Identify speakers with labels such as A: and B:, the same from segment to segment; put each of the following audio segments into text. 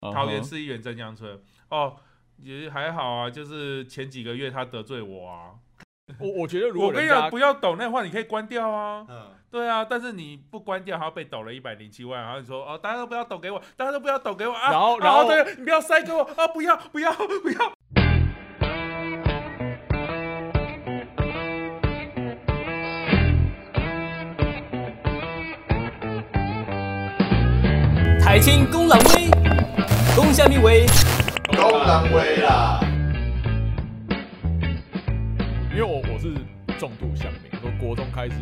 A: 嗯
B: 桃园市议员曾江村。哦，也还好啊，就是前几个月他得罪我啊。
A: 我我觉得如
B: 我
A: 果人
B: 跟你
A: 家
B: 讲，不要抖那话，你可以关掉啊。
C: 嗯，
B: 对啊，但是你不关掉，还要被抖了一百零七万，然后你说哦，大家都不要抖给我，大家都不要抖给我啊。
A: 然后
B: 啊
A: 然后
B: 对，你不要塞给我啊，不要不要不要。
D: 台青公狼威，公虾米威，
C: 公然威啦，
A: 因为我我是重度乡民，我说国中开始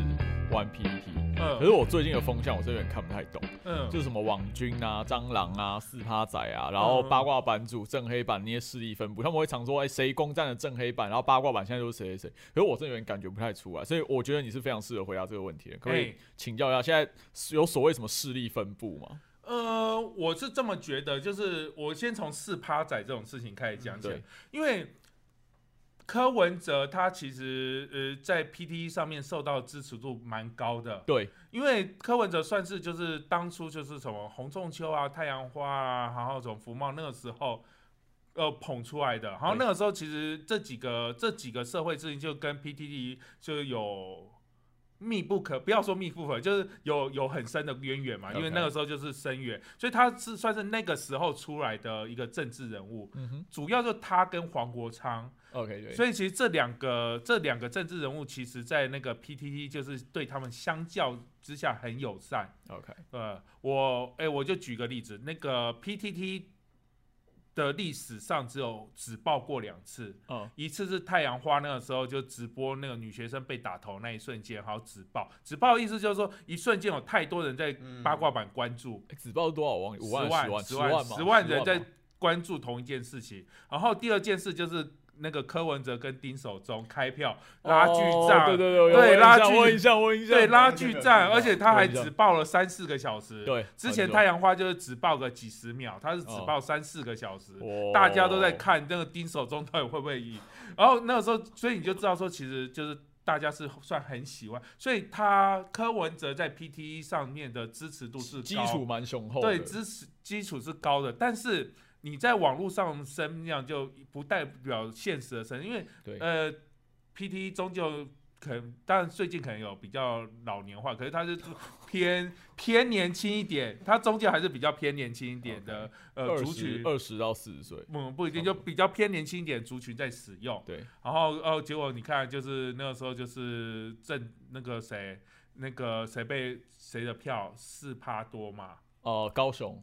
A: 玩 PPT，可是
B: 嗯
A: 我最近的风向我是有点看不太懂，
B: 嗯，
A: 就是什么网军啊、蟑螂啊、四趴仔啊，然后
B: 嗯
A: 八卦版主、正黑版那些势力分布，他们会常说，哎、谁攻占了正黑版，然后八卦版现在都是谁谁谁，可是我真的有点感觉不太出来，所以我觉得你是非常适合回答这个问题的，可不可以
B: 哎
A: 请教一下，现在有所谓什么势力分布吗？
B: 呃，我是这么觉得，就是我先从四趴仔这种事情开始讲起来，
A: 嗯对
B: 因为柯文哲他其实呃在 PT 上面受到支持度蛮高的，
A: 对，
B: 因为柯文哲算是就是当初就是什么洪仲秋啊、太阳花啊，然后什么福茂那个时候。呃，捧出来的，然后
A: 对
B: 那个时候其实这几个这几个社会事情就跟 PTT 就有密不可，不要说密不可，就是有有很深的渊源嘛，因为
A: OK
B: 那个时候就是深渊，所以他是算是那个时候出来的一个政治人物，
A: 嗯哼
B: 主要就他跟黄国昌，
A: ，OK，对，
B: 所以其实这两个这两个政治人物，其实在那个 PTT 就是对他们相较之下很友善。
A: 以 OK，
B: 呃，我哎、我就举个例子，那个 PTT 的历史上只有只爆过两次，
A: 嗯，
B: 一次是太阳花那个时候就直播那个女学生被打头那一瞬间，好只爆，只爆的意思就是说一瞬间有太多人在
C: 嗯
B: 八卦版关注，
A: 哎纸包是多少？我忘记，
B: 十
A: 五万、十
B: 万、
A: 万、
B: 十
A: 万嘛、
B: 十
A: 十
B: 万人在
A: 嘛
B: 关注同一件事情。然后第二件事就是那个柯文哲跟丁守中开票拉锯
A: 哦
B: 战，
A: 对对对，
B: 对
A: 我有
B: 拉
A: 印象
B: 锯
A: 我有印象，我有印象，
B: 对拉
C: 那
B: 锯
C: 个
B: 战，
C: 那
B: 而
C: 个
B: 且他还
A: 对
B: 只报了三四个小时。
A: 对，
B: 之前太阳花就是只报个几十秒，他是只
A: 哦
B: 报三四个小时。
A: 哦
B: 大家都在看那个丁守中到底会不会赢。然后那个时候，所以你就知道说，其实就是大家是算很喜欢，所以他柯文哲在 PTE 上面的支持度是高
A: 基础蛮雄厚的，
B: 对支持基础是高的，但是你在网络上声量就不代表现实的声量，因为
A: 对
B: 呃 PTE 终究。可能，当然最近可能有比较老年化，可是 它是偏偏年轻一点，它终究还是比较偏年轻一点的呃
A: 二
B: 族群
A: 十。二十到四十岁，
B: 嗯，不一定，
A: 差
B: 就
A: 不多
B: 比较偏年轻一点族群在使用。
A: 对，
B: 然后呃，结果你看，就是那个时候就是正那个谁，那个谁被谁的票四趴多嘛？
A: 呃，高 雄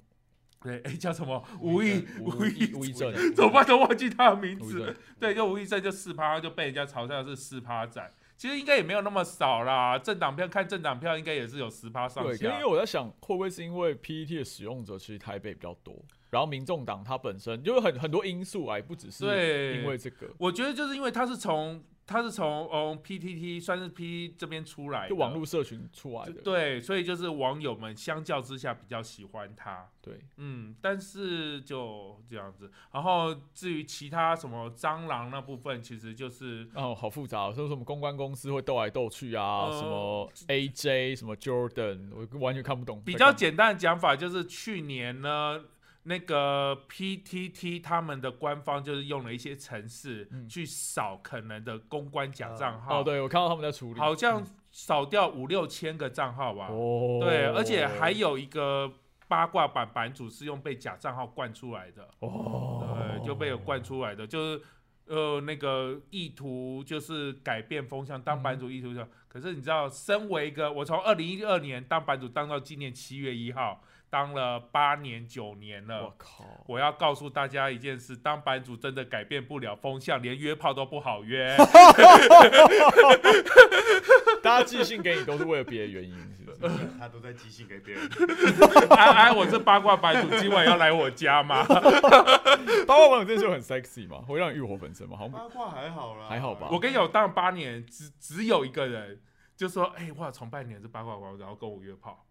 B: 对，哎，叫什么？吴亦
A: 吴
B: 亦
A: 亦吴亦正，
B: 怎么办都忘记他的名
A: 吴亦
B: 字。
A: 正，
B: 对，就吴亦正就四趴，就被人家嘲笑是四趴仔。其实应该也没有那么少啦，政党票看政党票应该也是有十趴上
A: 对，可是因
B: 下
A: 为。我在想，会不会是因为 PET 的使用者其实台北比较多，然后民众党它本身就是很很多因素啊，也不只是
B: 对，
A: 因为这个，
B: 我觉得就是因为他是从他是从嗯 PTT 算是 P 这边出来的，
A: 就网络社群出来
B: 就
A: 的，
B: 对，所以就是网友们相较之下比较喜欢他，
A: 对，
B: 嗯，但是就这样子。然后至于其他什么蟑螂那部分，其实就是
A: 哦，好复杂哦，说什么公关公司会斗来斗去啊，
B: 呃
A: 什么 AJ，什么 Jordan，我完全看不懂，
B: 比较简单的讲法，就是去年呢。那个 PTT 他们的官方就是用了一些程式
A: 嗯
B: 去扫可能的公关假账号，
A: 哦，对我看到他们在处理，
B: 好像扫掉五六千个账号吧。
A: 哦，
B: 对，而且还有一个八卦版版主是用被假账号灌出来的，
A: 哦，
B: 对，就被有灌出来的，就是呃那个意图就是改变风向，当版主意图上。可是你知道，身为一个我从二零一二年当版主当到今年七月一号，当了八年九年
A: 我
B: 了。
A: 靠，
B: 我要告诉大家一件事：当版主真的改变不了风向，连约炮都不好约。
A: 大家寄信给你都是为了别的原因，是不是？
C: 他都在寄信给别人，
B: 安安，啊我是八卦版主，今晚要来我家吗？
A: 八卦网友这件事很 sexy 吗？会让人欲火焚身吗？好像不
C: 八卦还好啦，
A: 还好吧
B: 我跟你讲，我当了八年，只只有一个人就说：“哎、我好崇拜你是八卦王，然后跟我约炮。”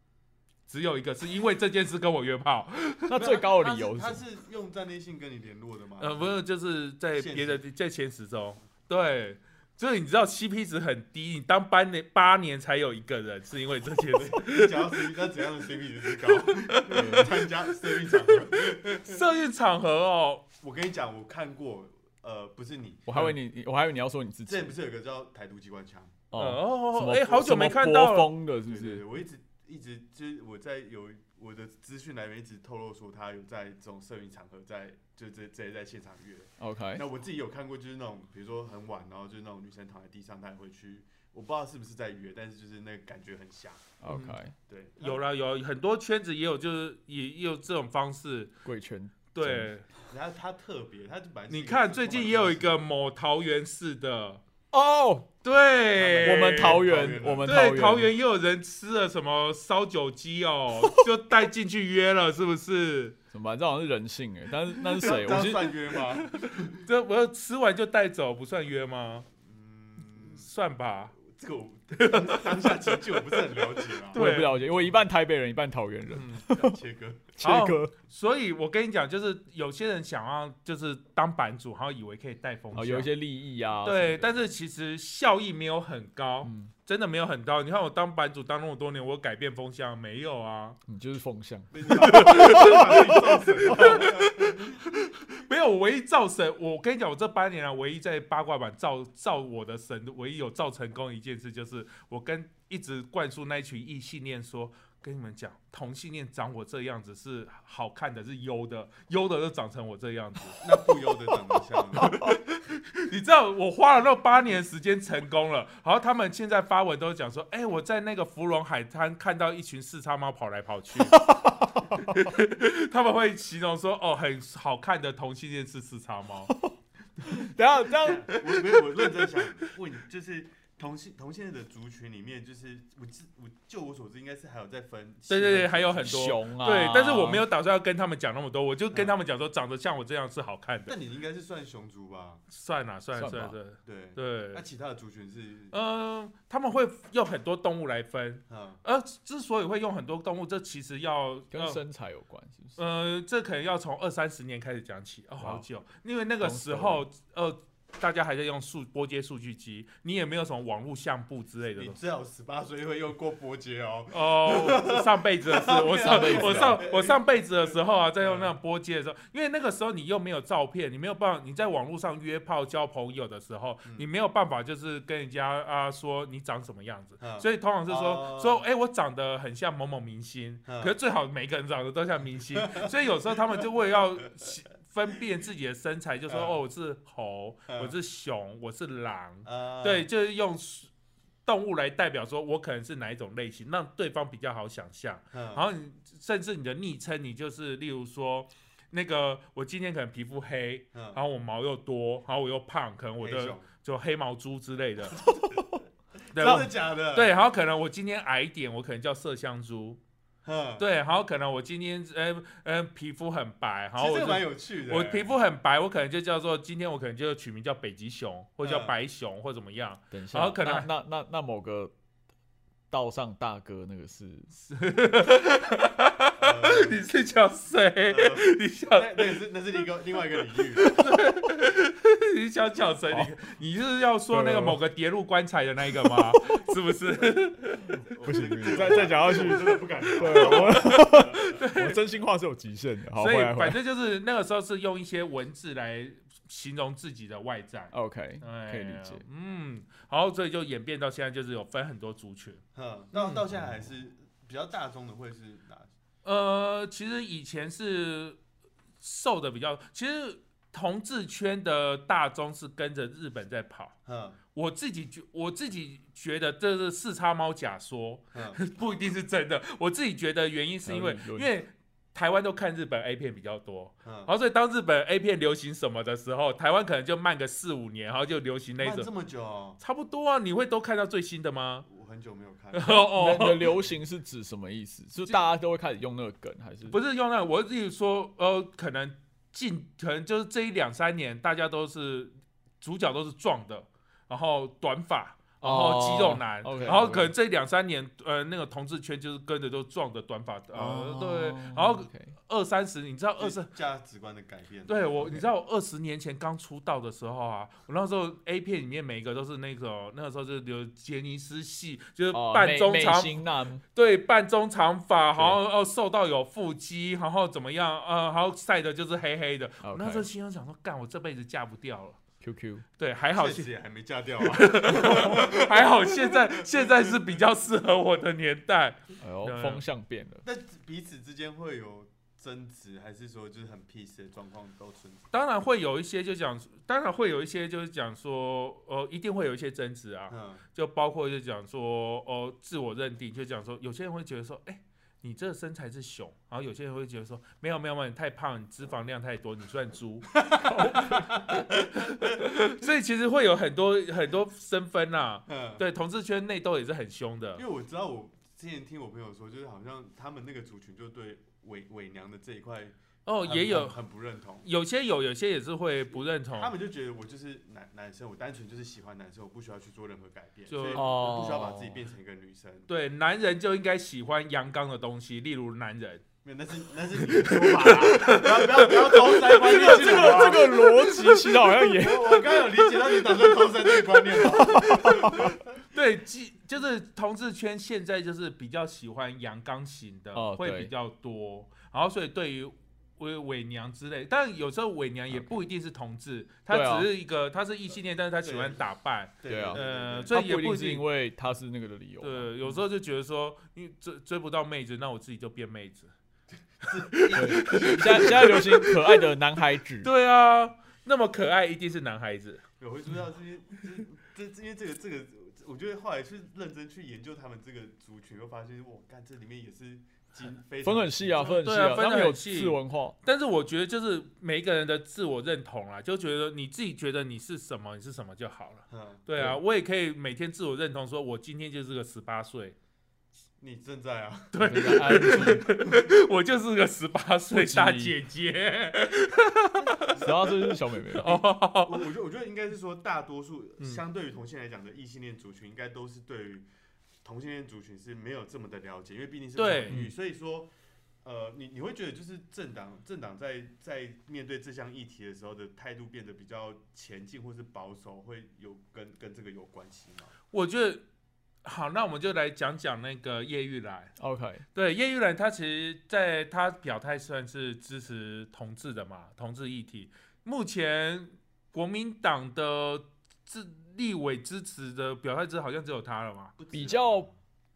B: 只有一个是因为这件事跟我约 炮，
A: 那最高的理由是
C: 他
A: 什么？
C: 是
B: 呃
C: 用站内信跟你联络的吗？
B: 呃，不是，就是在别的在现实中，对就是你知道 CP 值很低，你当班年八年才有一个人，是因为这件 事。
C: 你讲到 CP，那怎样的 CP 值是高？ 对参加生命场合，
B: 社运场合哦，
C: 我跟你讲，我看过，呃，不是你，
A: 我还以为你，你我还以为你要说你自
C: 之前不
A: 己
C: 是有个叫台独机关枪？
B: 哦
A: 哦，什
B: 哦，
A: 么
B: 哎，好久没看到
A: 什么波
B: 了，
A: 峰的，是不
C: 对对
A: 是
C: 对，？我一直一直就是我在有我的资讯来源一直透露说他有在这种摄影场合在就这这在现场约。
A: OK，
B: 哎嗯
C: 那我自己有看过，就是那种比如说很晚，然后就是那种女生躺在地上，她也会去，我不知道是不是在约，但是就是那个感觉很像。
A: OK，
C: 对，那
B: 有啦有，很多圈子也有，就是也也有这种方式。
A: 贵圈
B: 对，
C: 然后她特别，她就本来是
B: 你
C: 一个
B: 看最近也 有一个某桃园市的，
A: 哦，
B: 对，
A: 我们桃
C: 桃
A: 园
C: 园，啊
A: 我们
B: 对，
A: 桃
B: 哎桃园也有人吃了什么烧酒鸡 哦，就带进去约了，是不是？
A: 怎么办？这好像是人性哎，但是那是 谁？我
C: 这样
A: 其实
C: 算约吗？
B: 这我要吃完就带走，不算约吗？
C: 嗯，
B: 算吧。
C: 这个我当下情绪我不是很了解啦，
B: 对
A: 我也不了解，我一半台北人，一半桃园人，
B: 嗯，
C: 要切割。
A: 切割
B: 所以我跟你讲，就是有些人想要就是当版主，然后以为可以带风向，
A: 哦，有一些利益啊什么的，
B: 对，但是其实效益没有很高，
A: 嗯，
B: 真的没有很高。你看我当版主当那么多年，我有改变风向没有啊？
A: 你就是风向，
C: 被你把自己撞死了
B: 没有，我唯一造神，我跟你讲，我这八年来唯一在八卦版造造我的神，唯一有造成功的一件事，就是我跟一直灌输那一群异性恋说，跟你们讲，同性恋长我这样子是好看的，是优的，优的就长成我这样子。
C: 那不由得长得像啊了。
B: 你知道我花了那八年时间成功了，然后他们现在发文都讲说，哎、我在那个芙蓉海滩看到一群四叉猫跑来跑去，他们会形容说，哦，很好看的同性恋是四叉猫，
A: 等一下这样
C: 我没有，我认真想问，就是同性同性恋的族群里面，就是我知我就我所知，应该是还有在分。
B: 对对对，还有很多。
A: 熊啊，
B: 对，但是我没有打算要跟他们讲那么多，我就跟他们讲说，长得像我这样是好看的，
C: 但你应该是算熊族吧？
B: 算了算了
A: 算
B: 算
A: 吧
B: 了，算了
C: 对。
B: 对
C: 那，其他的族群是，
B: 嗯，他们会用很多动物来分，
C: 嗯，
B: 呃，之所以会用很多动物，这其实要
A: 跟
B: 呃
A: 身材有关，是不是？
B: 呃，这可能要从二三十年开始讲起哦，
A: 哇
B: 好久，因为那个时候呃，大家还在用数拨接数据机，你也没有什么网络相簿之类的
C: 你
B: 东西。
C: 最好十八岁会用过伯爵哦。
B: 哦，我上辈子的 事，我上
A: 上
C: 啊
A: 辈子
B: 我上我上辈子的时候啊，在用那种拨接的时候，因为那个时候你又没有照片，你没有办法，你在网络上约炮交朋友的时候，
C: 嗯
B: 你没有办法就是跟人家啊说你长什么样子，
C: 嗯
B: 所以通常是说
C: 哦
B: 说，哎，我长得很像某某明星，
C: 嗯
B: 可是最好每个人长得都像明星， 所以有时候他们就为了要分辨自己的身材，就说
C: 嗯
B: 哦，我是猴，
C: 嗯
B: 我是熊，我是狼，
C: 呃，
B: 对，，就是用 s- 动物来代表说我可能是哪一种类型，让对方比较好想象。
C: 嗯，
B: 然后你甚至你的昵称，你就是例如说。那个，我今天可能皮肤黑，
C: 嗯，
B: 然后我毛又多，然后我又胖，可能我
C: 黑
B: 的
C: 熊
B: 就黑毛猪之类 的。对
C: 真
B: 我
C: 的假的？
B: 对，，然后可能我今天矮一点，我可能叫麝香猪。
C: 嗯，
B: 对，然后可能我今天呃呃皮肤很白，然
C: 其
B: 后
C: 实
B: 我
C: 这
B: 就
C: 个蛮有趣的欸。
B: 我皮肤很白，我可能就叫做今天我可能就取名叫北极熊，或者叫
C: 嗯
B: 白熊，或怎么样。
A: 等一下，
B: 然后可能
A: 那那那那某个道上大哥那个是
C: 呃，
B: 你是叫谁？
C: 呃
B: 你想
C: 那那也是那是另一个另外一个领域。
B: 你想叫谁？
A: 好啊
B: 你你是要说那个某个跌入棺材的那一个 吗？是不是？
A: 不行，不行
C: 再再讲下去真的不敢聊。
A: 对啊 我， 我真心话是有极限 的。好，
B: 所以
A: 回来回
B: 反
A: 来。
B: 正就是那个时候是用一些文字来形容自己的外在。
A: OK，哦
B: 哎
A: 可以理解。
B: 嗯，然后所以就演变到现在，就是有分很多族群。
C: 嗯，到到现在还是比较大众的会是哪？
B: 呃，其实以前是瘦的比较，其实同志圈的大宗是跟着日本在跑。
C: 嗯
B: 我自己觉我自己觉得这是四叉猫假说，
C: 嗯，
B: 不一定是真的。我自己觉得原因是因为
A: 合理
B: 因
A: 有
B: 为台湾都看日本 A 片比较多，
C: 嗯
B: 然后所以当日本 A 片流行什么的时候，台湾可能就慢个四五年，然后就流行那
C: 慢
B: 种
C: 这么久哦，
B: 差不多啊。你会都看到最新的 吗？
C: 我很久没有 看。
B: 哦
A: 你的流行是指什么意思？是大家都会开始用那个梗，还是
B: 不是用那，我自己说，呃，可能近，可能就是这一两三年，大家都是主角都是壮的，然后短发，然后肌肉男，
A: 哦，OK，
B: 然后
A: OK
B: 可能这两三年，呃，那个同志圈就是跟着都撞的短发，
A: 哦
B: 呃，对，然后
A: OK
B: 二三十，你知道二十，
C: 价值观的改变。
B: 对我，
A: OK
B: 你知道我二十年前刚出道的时候啊，我那时候 A 片里面每一个都是那个，哦那个时候就是有杰尼斯系，就是
A: 哦
B: 半
A: 美
B: 中
A: 美
B: 长
A: 型男
B: 对，半中长发，然
A: 对
B: 后哦瘦到有腹肌，然后怎么样？呃，然后晒的就是黑黑的。我那时候
A: OK
B: 心想想说，干，我这辈子嫁不掉了。
A: QQ
B: 对，还好
C: 好，
B: 现
C: 谢也还没嫁掉啊。
B: 还好现在现在是比较适合我的年代。
A: 哎呦
B: 对
A: 风向变 了，
C: 那彼此之间会有争执，还是说就是很 peace 的状况都存在？
B: 当然会有一些就讲，当然会有一些就是讲说，呃，一定会有一些争执啊，
C: 嗯，
B: 就包括就讲说，哦、自我认定，就讲说，有些人会觉得说，哎、你这身材是熊，然后有些人会觉得说，没有没有没有，你太胖，你脂肪量太多，你算猪。 所以其实会有很多很多身份啊，
C: 嗯，
B: 对，同志圈内斗也是很凶的
C: 因为。我知道我之前听我朋友说，就是好像他们那个族群就对伪伪娘的这一块
B: 哦，
C: 很
B: 也有哦
C: 很很不认同。
B: 有些有，有些也是会不认同。
C: 嗯他们就觉得我就是男男生，我单纯就是喜欢男生，我不需要去做任何改变，
B: 就
C: 所以
A: 哦
C: 我不需要把自己变成一个女生。
B: 对，男人就应该喜欢阳刚的东西，例如男人。
C: 没有，那是那是你的说法啦，不要不要不要偷塞
B: 哎
C: 观
A: 这
C: 念
A: 个这
C: 进来
A: 个
C: 啊
A: 这个逻辑其实好像也
C: 我我刚有理解到你打算偷塞这个观念吗？
B: 啊对，即就是同志圈现在就是比较喜欢阳刚型的，
A: 哦
B: 会
A: 对
B: 比较多。然后所以对于伪伪娘之类，但有时候伪娘也
A: OK
B: 不一定是同志，
A: 嗯对
B: 她
A: 啊
B: 只是一个，她是异性恋，但是她喜欢打扮。
A: 对啊
B: 呃，
C: 对
B: 所
A: 他
B: 以也
A: 不一定
B: 一
A: 是因
B: 定。
A: 为他是那个的理由嘛，
B: 对，有时候就觉得说，因为追追不到妹子，那我自己就变妹子。
A: 现在现在流行可爱的男孩子，
B: 对啊，那么可爱一定是男孩子。
C: 我会知道这些，这这这因为这个这个，我觉得后来去认真去研究他们这个族群，会发现哇，干这里面也是精非常
A: 分很细啊，分很细
B: 对啊分
A: 他
B: 得
A: 们有
B: 很细
A: 次文化，
B: 但是我觉得就是每一个人的自我认同啊啦，就觉得你自己觉得你是什么，你是什么就好了。
C: 嗯，
B: 对啊，
A: 对
B: 我也可以每天自我认同，说我今天就是个十八岁，
C: 你正在啊，
A: 对，安
B: 我就是个十八岁大姐姐。
A: 静然后这就是小妹妹嘛，
B: 哦，
C: 我我觉得我觉得应该是说，大多数
B: 嗯
C: 相对于同性来讲的异性恋族群，应该都是对于同性恋族群是没有这么的了解，因为毕竟是不同
B: 对
C: 领域，所以说。呃，你你会觉得就是政党政党在在面对这项议题的时候的态度变得比较前进或是保守，会有跟跟这个有关系吗？
B: 我觉得好，那我们就来讲讲那个叶玉兰。
A: OK，
B: 对，叶玉兰她其实在她表态算是支持同志的嘛，同志议题。目前国民党的自立委支持的表态者好像只有她了嘛，
C: 不止
A: 比
C: 啊
A: 较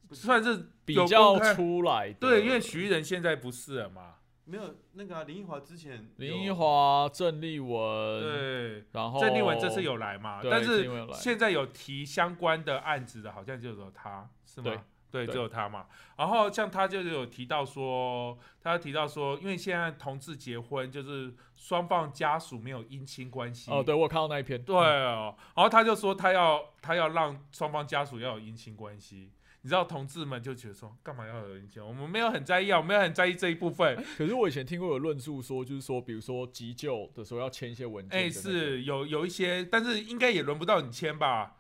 C: 不止
B: 算是
A: 比
B: 有
A: 较
B: 公开
A: 出来的，
B: 对，因为徐艺人现在不是了嘛。
C: 没有那个啊林奕华之前有
A: 林奕，华、郑丽文，
B: 对，
A: 然后
B: 郑丽文这次，有来嘛？
A: 哦对
B: 但
A: 郑
B: 是
A: 丽文有来
B: 现在有提相关的案子的，好像就只有他，是吗？
A: 对
B: 对，
A: 对
B: 只有他嘛。然后像他就是有提到说，他提到说，因为现在同志结婚就是双方家属没有姻亲关系。
A: 哦，对我有看到那一篇，
B: 对哦。然后他就说他要他要让双方家属要有姻亲关系。你知道同志们就觉得说，干嘛要有姻亲？我们没有很在意啊，我们没有很在意这一部分。
A: 可是我以前听过有论述说，就是说，比如说急救的时候要签一些文件
B: 哎、
A: 的那种，
B: 是有有一些，但是应该也轮不到你签吧？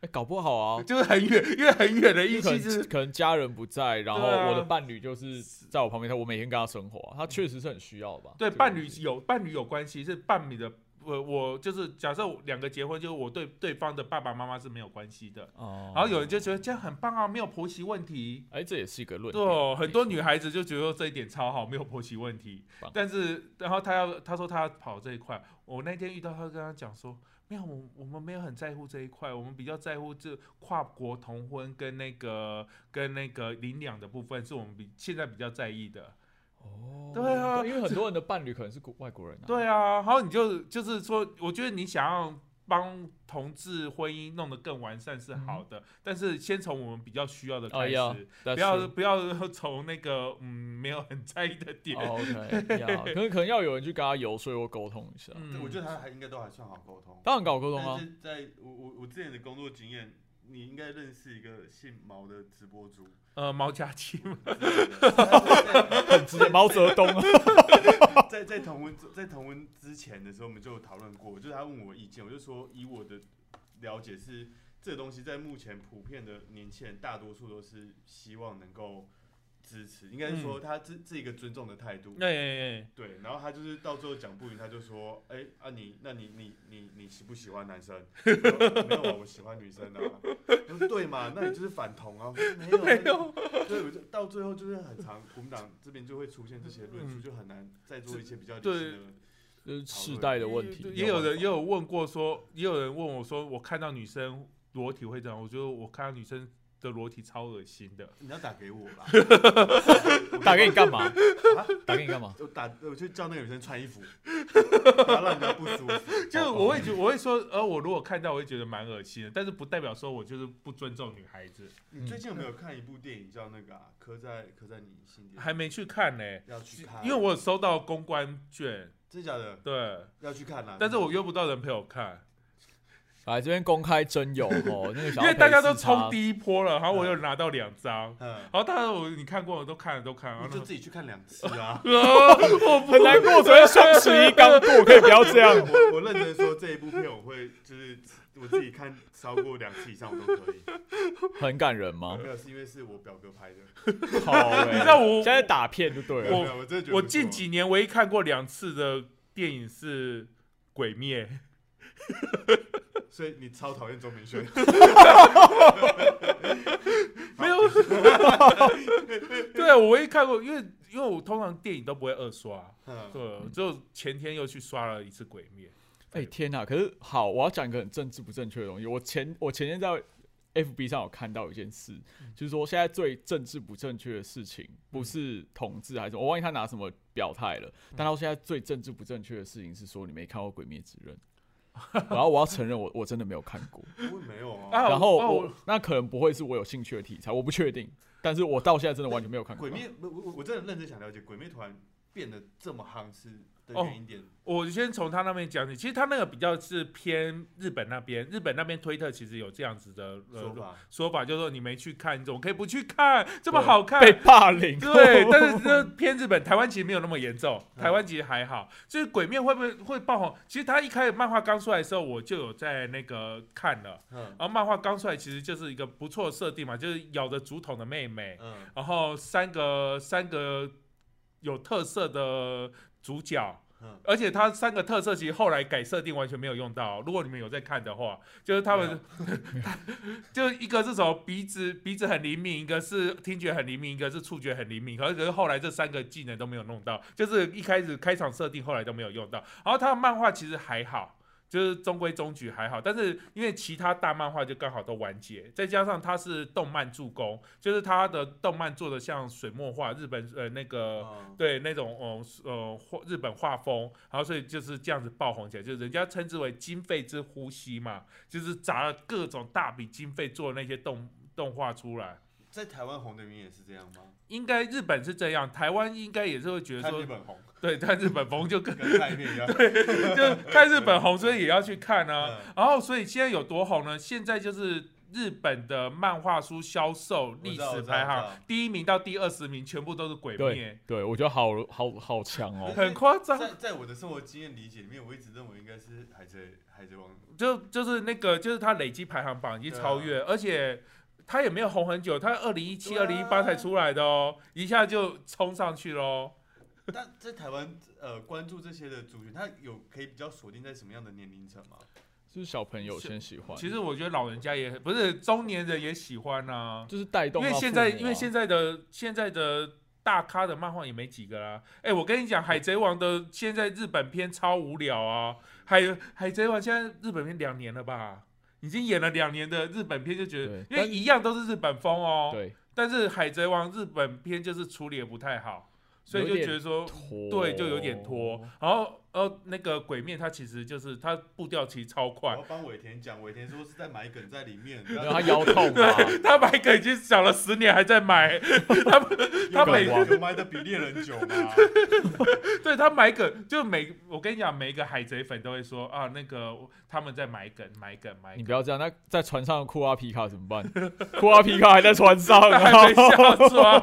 A: 哎，搞不好啊，
B: 就是很远， 因为很远的
A: 因
B: 意
A: 为可
B: 思
A: 能
B: 就是
A: 可能家人不在，然后
B: 对啊
A: 我的伴侣就是在我旁边，他我每天跟他生活啊，他确实是很需要吧？
B: 对
A: 这个
B: 伴
A: 东
B: 侣
A: 西
B: 有伴侣有关系，是伴侣的。我我就是假设我两个结婚，就是我对对方的爸爸妈妈是没有关系的。
A: 哦，
B: 然后有人就觉得这样很棒啊，没有婆媳问题。
A: 哎，这也是一个论
B: 对
A: 点
B: 哦，很多
A: 没错
B: 女孩子就觉得这一点超好，没有婆媳问题
A: 棒。
B: 但是，然后她要她说她要跑这一块，我那天遇到她，跟她讲说，没有，我我们没有很在乎这一块，我们比较在乎这跨国同婚跟那个跟那个领养的部分，是我们比现在比较在意的。
A: 哦，
B: 对啊
A: 因为很多人的伴侣可能是国外国人啊，
B: 对啊，然后你就就是说，我觉得你想要帮同志婚姻弄得更完善是好
C: 嗯
B: 的，但是先从我们比较需要的
A: 哎
B: 开始。
C: 哦
A: 呀，
B: 不要不要从那个嗯没有很在意的点，
C: 哦
A: 哦 OK，要可能可能要有人去跟他游说或沟通一下，
B: 嗯，
C: 我觉得他还应该都还算好沟通。
A: 当然搞沟通
C: 但
A: 啊，
C: 是在我我我之前的工作经验，你应该认识一个姓毛的直播主，
B: 呃毛家七嘛，
C: 之类的他在
A: 直接毛泽东 啊，
C: 在在同文在同文之前的时候，我们就有讨论过，就是他问我意见，我就说以我的了解是，这个东西在目前普遍的年轻人，大多数都是希望能够支持，应该是说他这这一个尊重的态度。
B: 哎哎哎，
C: 对，然后他就是到最后讲不赢，他就说：“哎、啊你，那你你你你喜不喜欢男生？” 我说没有啊，我喜欢女生啊。我说对嘛，那你就是反同啊。我说 没有没有，对，我就到最后就是很长，国民党这边就会出现这些论
B: 嗯
C: 述，就很难再做一些比较理性的。
A: 就是世代的问题。啊
B: 也有人也有问过说，也有人问我说，我看到女生裸体会这样，我觉得我看到女生的裸体超恶心的。
C: 你要打给我 吧，
A: 打给你干嘛？
C: 啊
A: 打给你干嘛？
C: 我打我就叫那个女生穿衣服，不要让人家不舒服。 哦
B: 就是我会觉我会说，呃，我如果看到，我会觉得蛮恶心的，但是不代表说我就是不尊重女孩子，
C: 你最近有没有看一部电影叫那个啊？刻在刻在你心底？
B: 还没去看呢、
C: 要去看，
B: 因为我有收到公关券，
C: 真假的
B: 对，
C: 要去看啦、啊
B: 但是我约不到人陪我看，
A: 来这边公开真 友哦，那个
B: 因
A: 小
B: 为大家都冲，第一波了，然后我有拿到两张，
C: 嗯，
B: 然后大家我你看过我都看了都看了，
C: 你
B: 然
C: 就
B: 后。
C: 自己去看两次啊
B: 我
A: 很难过。昨天双十一刚过，可以不要这样。
C: 我我认真说，这一部片我会就是我自己看超过两次以上我都可以。
A: 很感人 吗？
C: 没有，是因为是我表哥拍的。
A: 好欸，
B: 你知道我
A: 现在打片就对了。
C: 没有
B: 我
C: 没有我 真的觉得
B: 啊我
C: 不错
B: 近几年唯一看过两次的电影是《鬼灭》，
C: 所以你超讨厌钟明 轩，
B: 没有。对，我唯一看过，因为因为我通常电影都不会二刷，
C: 嗯
B: 对，只有前天又去刷了一次《鬼灭
A: 哎、天呐！可是好，我要讲一个很政治不正确的东西。我前我前天在 FB 上有看到一件事，
B: 嗯
A: 就是说现在最政治不正确的事情，不是
B: 嗯
A: 统治还是什么，我忘记他拿什么表态了。但他现在最政治不正确的事情是说你没看过《鬼灭之刃》， 然后我要承认我我真的没有看过。
C: 我也没有》啊。
B: 啊。
A: 然后
B: 哦
A: 我、那可能不会是我有兴趣的题材，我不确定。但是我到现在真的完全没有看过。
C: 鬼灭，我我我真的认真想了解鬼灭团变得这么夯是的
B: 哦
C: 原因点。
B: 我先从他那边讲起，其实他那个比较是偏日本那边，日本那边推特其实有这样子的
C: 说
B: 呃
C: 法，
B: 说法，就是说你没去看，你怎么可以不去看？这么
A: 对
B: 好看，
A: 被霸凌，
B: 对，但是这偏日本，台湾其实没有那么严重，
C: 嗯
B: 台湾其实还好。就是鬼面会不会会爆红？其实他一开始漫画刚出来的时候，我就有在那个看了。
C: 嗯
B: 然后漫画刚出来，其实就是一个不错的设定嘛，就是咬着竹筒的妹妹，
C: 嗯
B: 然后三个三个有特色的主角。
C: 嗯，
B: 而且他三个特色其实后来改设定完全没有用到哦、如果你们有在看的话，就是他们， 就一个是什么鼻子鼻子很灵敏，一个是听觉很灵敏，一个是触觉很灵敏。可是可是后来这三个技能都没有弄到，就是一开始开场设定后来都没有用到。然后他的漫画其实还好。就是中规中矩还好，但是因为其他大漫画就刚好都完结，再加上他是动漫助攻，就是他的动漫做的像水墨画，日本呃那个
C: 嗯
B: 对那种呃呃画日本画风，然后所以就是这样子爆红起来，就是人家称之为经费之呼吸嘛，就是砸了各种大笔经费做那些动动画出来。
C: 在台湾红的原因也是这样吗？
B: 应该日本是这样，台湾应该也是会觉得
C: 看日
B: 说，
C: 本红，
B: 对，但日本风就 更
C: 跟台面一样。
B: 就看日本红，所以也要去看啊。
C: 嗯
B: 然后所以现在有多红呢？现在就是日本的漫画书销售历
C: 我知道
B: 史
C: 我知道
B: 排
C: 我知
B: 行
C: 道
B: 第一名到第二十名，全部都是鬼灭，
A: 对我觉得好好好强哦。
B: 很夸张。
C: 在在我的生活经验理解里面，我一直认为应该是海贼海贼王。
B: 就就是那个，就是他累积排行榜已经超越，而且他也没有红很久，他二零一七、
C: 啊对啊
B: 二零一八才出来的哦，一下就冲上去喽。
C: 但在台湾，呃，关注这些的族群，他有可以比较锁定在什么样的年龄层吗？
A: 就是小朋友先喜欢，
B: 其实我觉得老人家也不是中年人也喜欢啊，
A: 就是带
B: 因
A: 动到
B: 为
A: 父母啊。
B: 现在因为现在的现在的大咖的漫画也没几个啦。哎，我跟你讲，《海贼王》的现在日本片超无聊啊，海《海贼王》现在日本片两年了吧？已经演了两年的日本片就觉得
A: 对，
B: 因为
A: 但
B: 一样都是日本风哦。
A: 对
B: 但是《海贼王》日本片就是处理的不太好，所以就觉得说
A: 拖
B: 哦对，就有点拖。。然后呃，那个《鬼面》它其实就是它步调其实超
C: 我
B: 快
C: 要，帮尾田讲，尾田说是在埋梗在里面，
A: 然后他腰痛啊嘛，
B: 他买梗已经想了十年还在买，他
C: 有
B: 每
C: 埋有埋的比猎人久吗？
B: 对他买梗就每我跟你讲，每一个海贼粉都会说啊，那个他们在买梗买梗买
A: 你
B: 梗，
A: 不要这样。那在船上的库阿皮卡怎么办？ 库阿皮卡还在船上，
B: 但 还没
A: 然后
B: 下抓。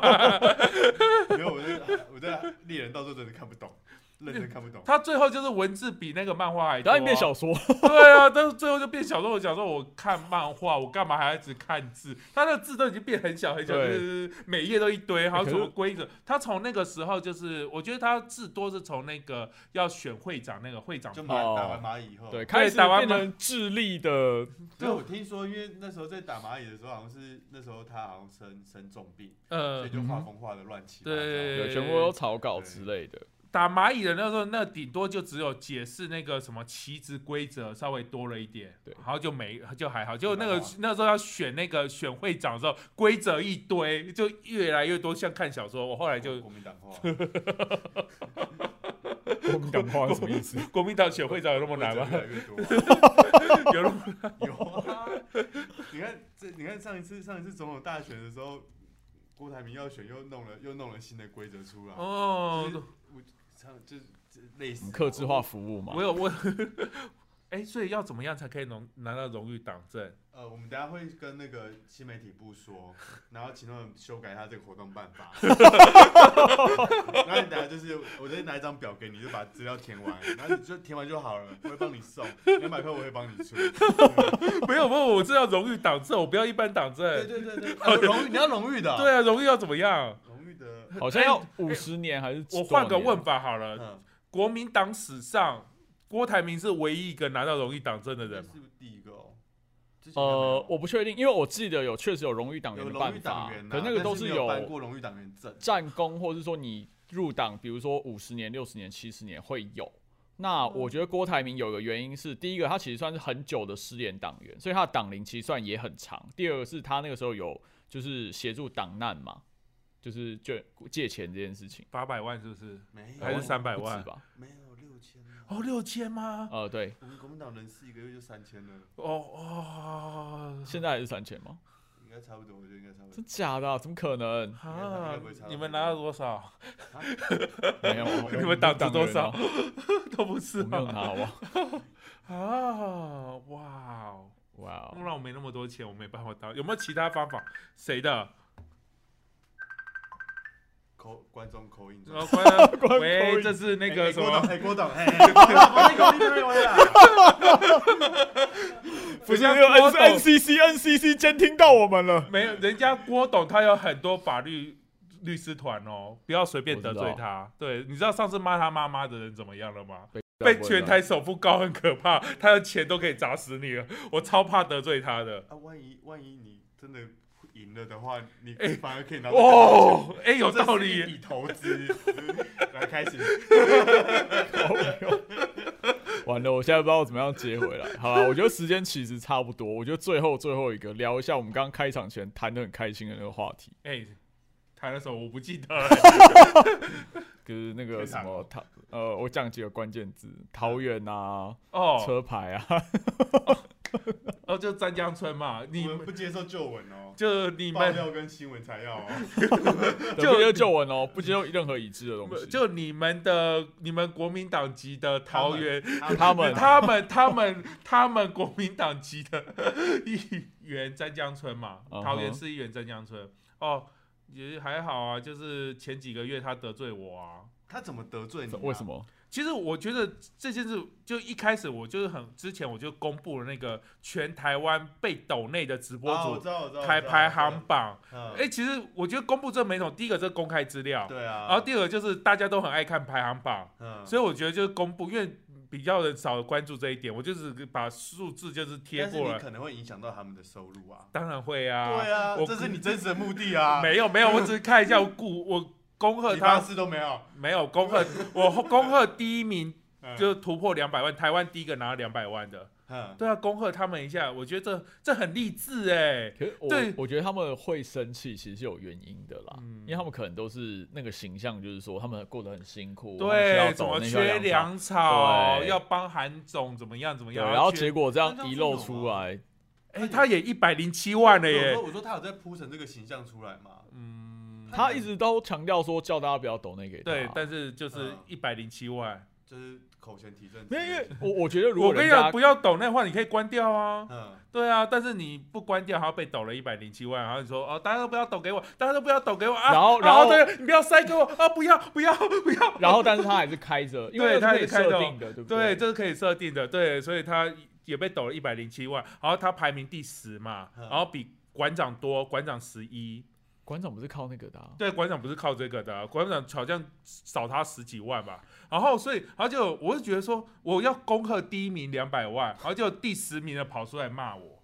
C: 没有，我在我在猎人到时候真的看不懂。认真看不懂。
B: 他最后就是文字比那个漫画还多、
A: 然
B: 啊，
A: 后变小说，
B: 对啊，但是最后就变小说。我讲说，我看漫画，我干嘛还要一直看字？他的字都已经变很小很小，就
A: 对
B: 是每页都一堆，还有
A: 可
B: 什
A: 是
B: 么规则？他从那个时候就是，我觉得他至多是从那个要选会长那个会长
C: 就
B: 班，
C: 蚂
A: 哦
C: 打完蚂蚁以后，
A: 对，
C: 对，
A: 开始
B: 打完
A: 变成智力的，
C: 我听说，因为那时候在打蚂蚁的时候，好像是那时候他好像生生重病，所
B: 呃
C: 以，就画风画的乱七八糟。
B: 对
A: 对，全部都草稿之类 的，
B: 打蚂蚁的那时候，那顶多就只有解释那个什么棋子规则稍微多了一点，
A: 对
B: 然后就没就还好。就那个
C: 就还好
B: 那时候要选那个选会长的时候，规则一堆，就越来越多，像看小说。我后来就
C: 国 民党化，
A: 我们讲话是什么意思？
B: 国民党选会长有那么
C: 我
B: 难吗？
C: 越来越多啊。
B: 有那么
C: 有啊，你看这，你看上一次上一次总统大选的时候，郭台铭要选又弄了又弄了新的规则出来，
B: 哦，
C: 像就是这类似
A: 克制化。服务嘛
B: 我，有我，哎、所以要怎么样才可以荣拿到荣誉党证？
C: 呃，我们等一下会跟那个新媒体部说，然后请他们修改他这个活动办法。 然后你等一下就是，我再拿一张表给你，就把资料填完，然后你就填完就好了，我会帮你送两百块，我会帮你出。
B: 没有没有，我知道荣誉党证，我不要一般党
C: 对
B: 证。
C: 对对对，啊荣誉你要荣誉的啊，
B: 对啊，荣誉要怎么样？
C: 荣誉的，
A: 好像要五十年还是
B: 哎我换个
A: 多少
B: 问
A: 年啊
B: 法好了，
C: 嗯，
B: 国民党史上，郭台铭是唯一一个拿到荣誉党证的
C: 这
B: 人
C: 是
B: 吗。
C: 不是第一个哦？之前应该没有
A: 呃，我不确定，因为我记得有确实有荣誉党员
C: 有
A: 的
C: 荣
A: 办
C: 誉
A: 法
C: 党员、啊，，
A: 可那个都
C: 但是没有办
A: 有
C: 过荣誉党员证。
A: 战功，或是说你入党，比如说五十年、六十年、七十年会有。那我觉得郭台铭有个原因是，第一个他其实算是很久的失联党员，所以他的党龄其实算也很长。第二个是他那个时候有就是协助党难嘛，就是借借钱这件事情，
B: 八百万是不是？
C: 没有，
B: 还是三百
A: 不止
B: 万？
A: 吧？
C: 没有六千
B: 哦，六千吗？
A: 呃，对，
C: 我们国民党人士一个月就三千了，
B: 哦哦，
A: 现在还是三千吗？
C: 应该差不多，我觉得应该差不多
A: 真。假的啊、怎么可能？
B: 啊
C: 应该不会差到，
B: 你们拿到多少？
A: 没有，我
B: 你们党值多少
A: 我没有党员啊
B: 都不是
A: 我没有
B: 啊
A: 拿，好不好？
B: 啊！哇哦，
A: 哇哦
B: 不然我没那么多钱，我没办法当。有没有其他方法？谁的？
C: 口观众口音。
B: 然后呃关
A: 关口
B: 喂，
A: 音
B: 这是那个
C: 哎
B: 什
C: 郭董
B: 么？
C: 哎，郭董，哎，哎郭董哎郭董你认为啊
B: 不像
A: 没有
B: 郭
A: N
B: 董
A: NCC NCC 监听到我们了。
B: 没有，人家郭董他有很多法律律师团哦，不要随便得罪他。对，你知道上次骂他妈妈的人怎么样了吗？被全台首富告很可怕，他的钱都可以砸死你了。 我超怕得罪他 的。
C: 啊，万一万一你真的赢了的话，你
B: 哎
C: 反而可以拿到更多钱。
B: 哦，哎、有道
C: 这是一
B: 理。
C: 笔投资，来开始。
A: 完了，我现在不知道怎么样接回来。好了，我觉得时间其实差不多。我觉得最后最后一个聊一下我们刚刚开场前谈的很开心的那个话题，
B: 哎、谈了什么我不记得 了、
A: 就是那个
C: 开
A: 什
C: 场
A: 么
C: 哦
A: 桃呃，我讲几个关键字：桃园啊、
B: 哦
A: 车牌啊。
B: 哦，就湛江村嘛，你
C: 我们不接受旧闻哦，
B: 就你
C: 爆
B: 们
C: 料跟新闻才要哦。
A: 就不接受旧闻哦，不接受任何已知的东西。
B: 就你们的你们国民党籍的桃园
A: 他们
B: 他们、他们、他们国民党籍的议员詹江村嘛，
A: 嗯哼
B: 桃园市议员詹江村。哦，也还好啊，就是前几个月他得罪我啊。
C: 他怎么得罪你啊？
A: 为什么？
B: 其实我觉得这件事，就一开始我就是很之前我就公布了那个全台湾被抖内的直播
C: 啊我
B: 主
C: 知道我知道我知道
B: 排排行榜。
C: 嗯
B: 哎、其实我觉得公布这没什么，第一个这公开资料，
C: 对啊，
B: 然后第二个就是大家都很爱看排行榜。
C: 嗯，
B: 所以我觉得就是公布，因为比较人少关注这一点，我就是把数字就是贴
C: 但是
B: 过
C: 你
B: 来。
C: 可能会影响到他们的收入啊。
B: 当然会啊，
C: 对啊，
B: 我
C: 这是你真实的目的啊，
B: 没有没有，我只是看一下我顾我恭贺
C: 你发
B: 他
C: 誓都没有，
B: 没有恭 贺我恭贺第一名
C: 嗯
B: 就突破两百万，台湾第一个拿两百万的，
C: 嗯
B: 对啊，恭贺他们一下，我觉得这这很励志哎、
A: 可是我
B: 对
A: 我觉得他们会生气，其实是有原因的啦，
B: 嗯
A: 因为他们可能都是那个形象，就是说他们过得很辛苦，他们需要
B: 对，怎
A: 走
B: 么
A: 那
B: 缺
A: 条粮草
B: 粮草，
A: 对
B: 要帮韩总怎么样怎么
A: 对，
B: 样，
A: 然后
B: 缺
A: 结果这
C: 那
A: 样
C: 这样
A: 遗
C: 是
A: 漏
C: 有
A: 出
C: 吗
A: 来，
B: 哎、他也一百零七万了
C: 我
B: 耶
C: 说，我说他有在铺陈这个形象出来嘛？
B: 嗯，
A: 他一直都强调说叫大家不要抖那给他
B: 对，但是就是
C: 嗯
B: 一百零七万，
C: 就是口嫌体正直。
A: 没有，因为我我觉得如
B: 我
A: 果
B: 跟
A: 人
B: 你
A: 家
B: 讲，不要抖那话，你可以关掉啊。
C: 嗯，
B: 对啊，但是你不关掉，还要被抖了一百零七万，然后你说哦，大家都不要抖给我，大家都不要抖给我啊。
A: 然后
B: 然
A: 然
B: 后
A: 后
B: 对，你不要塞给我啊，不要不要不要。
A: 然后，但是他还是开着，因
B: 对
A: 为
B: 他还
A: 是
B: 是
A: 可以
B: 开着
A: 设
B: 哦
A: 定的，对不
B: 对，
A: 对
B: 这是可以设定的，对，所以他也被抖了一百零七万，然后他排名第十嘛，
C: 嗯
B: 然后比馆长多，馆长十一，
A: 馆长不是靠那个的、啊，
B: 对，馆长不是靠这个的啊，馆长好像少他十几万吧，然后所以，然后就我就觉得说，我要攻克第一名两百万，然后就第十名的跑出来 骂我，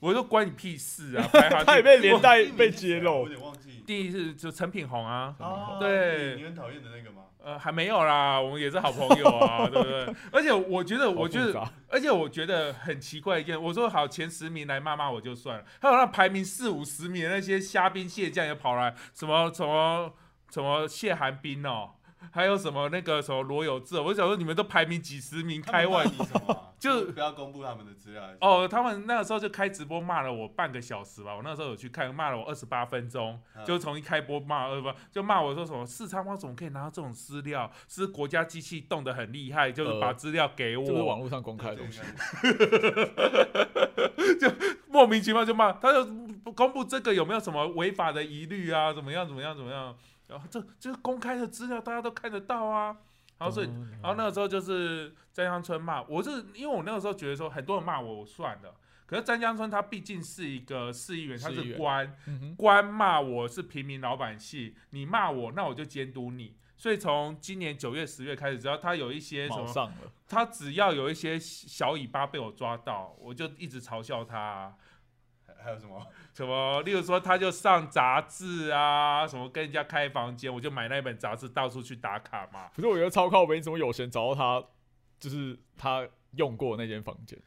B: 我就关你屁事啊，排行
A: 他也
B: 第
A: 被连带
C: 第一名
A: 被
C: 是
A: 揭
C: 谁啊
A: 露
C: 我有。点忘记。
B: 第一是就陈品宏啊，
C: 哦
B: 对
C: 你你很讨厌的那个吗？
B: 呃，还没有啦，我们也是好朋友啊， 对不对？而且我觉得，我觉得
A: 好复杂
B: 而且我觉得很奇怪一件，我说好前十名来骂骂我就算了，还有那排名四五十名的那些虾兵蟹将也跑来，什么 什么什么谢寒冰哦，还有什么那个什么罗有志哦，我想说你们都排名几十名开外？
C: 他们骂你什么啊
B: 就
C: 不要公布他们的资料。还是
B: 哦，他们那个时候就开直播骂了我半个小时吧，我那时候有去看，骂了我二十八分钟，
C: 嗯
B: 就从一开播骂二八，就骂我说什么四叉猫怎么可以拿到这种资料，是国家机器动得很厉害，就是
A: 呃
B: 把资料给
A: 这不是
B: 我，
A: 网络上公开的
C: 这
A: 东
C: 个
A: 西
C: 应，该
B: 莫名其妙就骂，他就不公布这个有没有什么违法的疑虑啊，怎么样怎么样怎么样，然后这这是公开的资料，大家都看得到啊，然后所以
A: 嗯
B: 然后那个时候就是詹江村骂我是，因为我那个时候觉得说很多人骂我，我算了。可是詹江村他毕竟是一个市议员，他
A: 市议
B: 是
A: 员
B: 官，
A: 嗯哼
B: 官骂我是平民老百姓，你骂我，那我就监督你。所以从今年九月、十月开始，只要他有一些什
A: 卯
B: 么，
A: 上了，
B: 他只要有一些小尾巴被我抓到，我就一直嘲笑他啊、
C: 还还有什 么？
B: 什么，例如说他就上杂志啊，什么跟人家开房间，我就买那本杂志到处去打卡嘛。
A: 可是我觉得超靠北，你怎么有钱找到他？就是他用过那间房间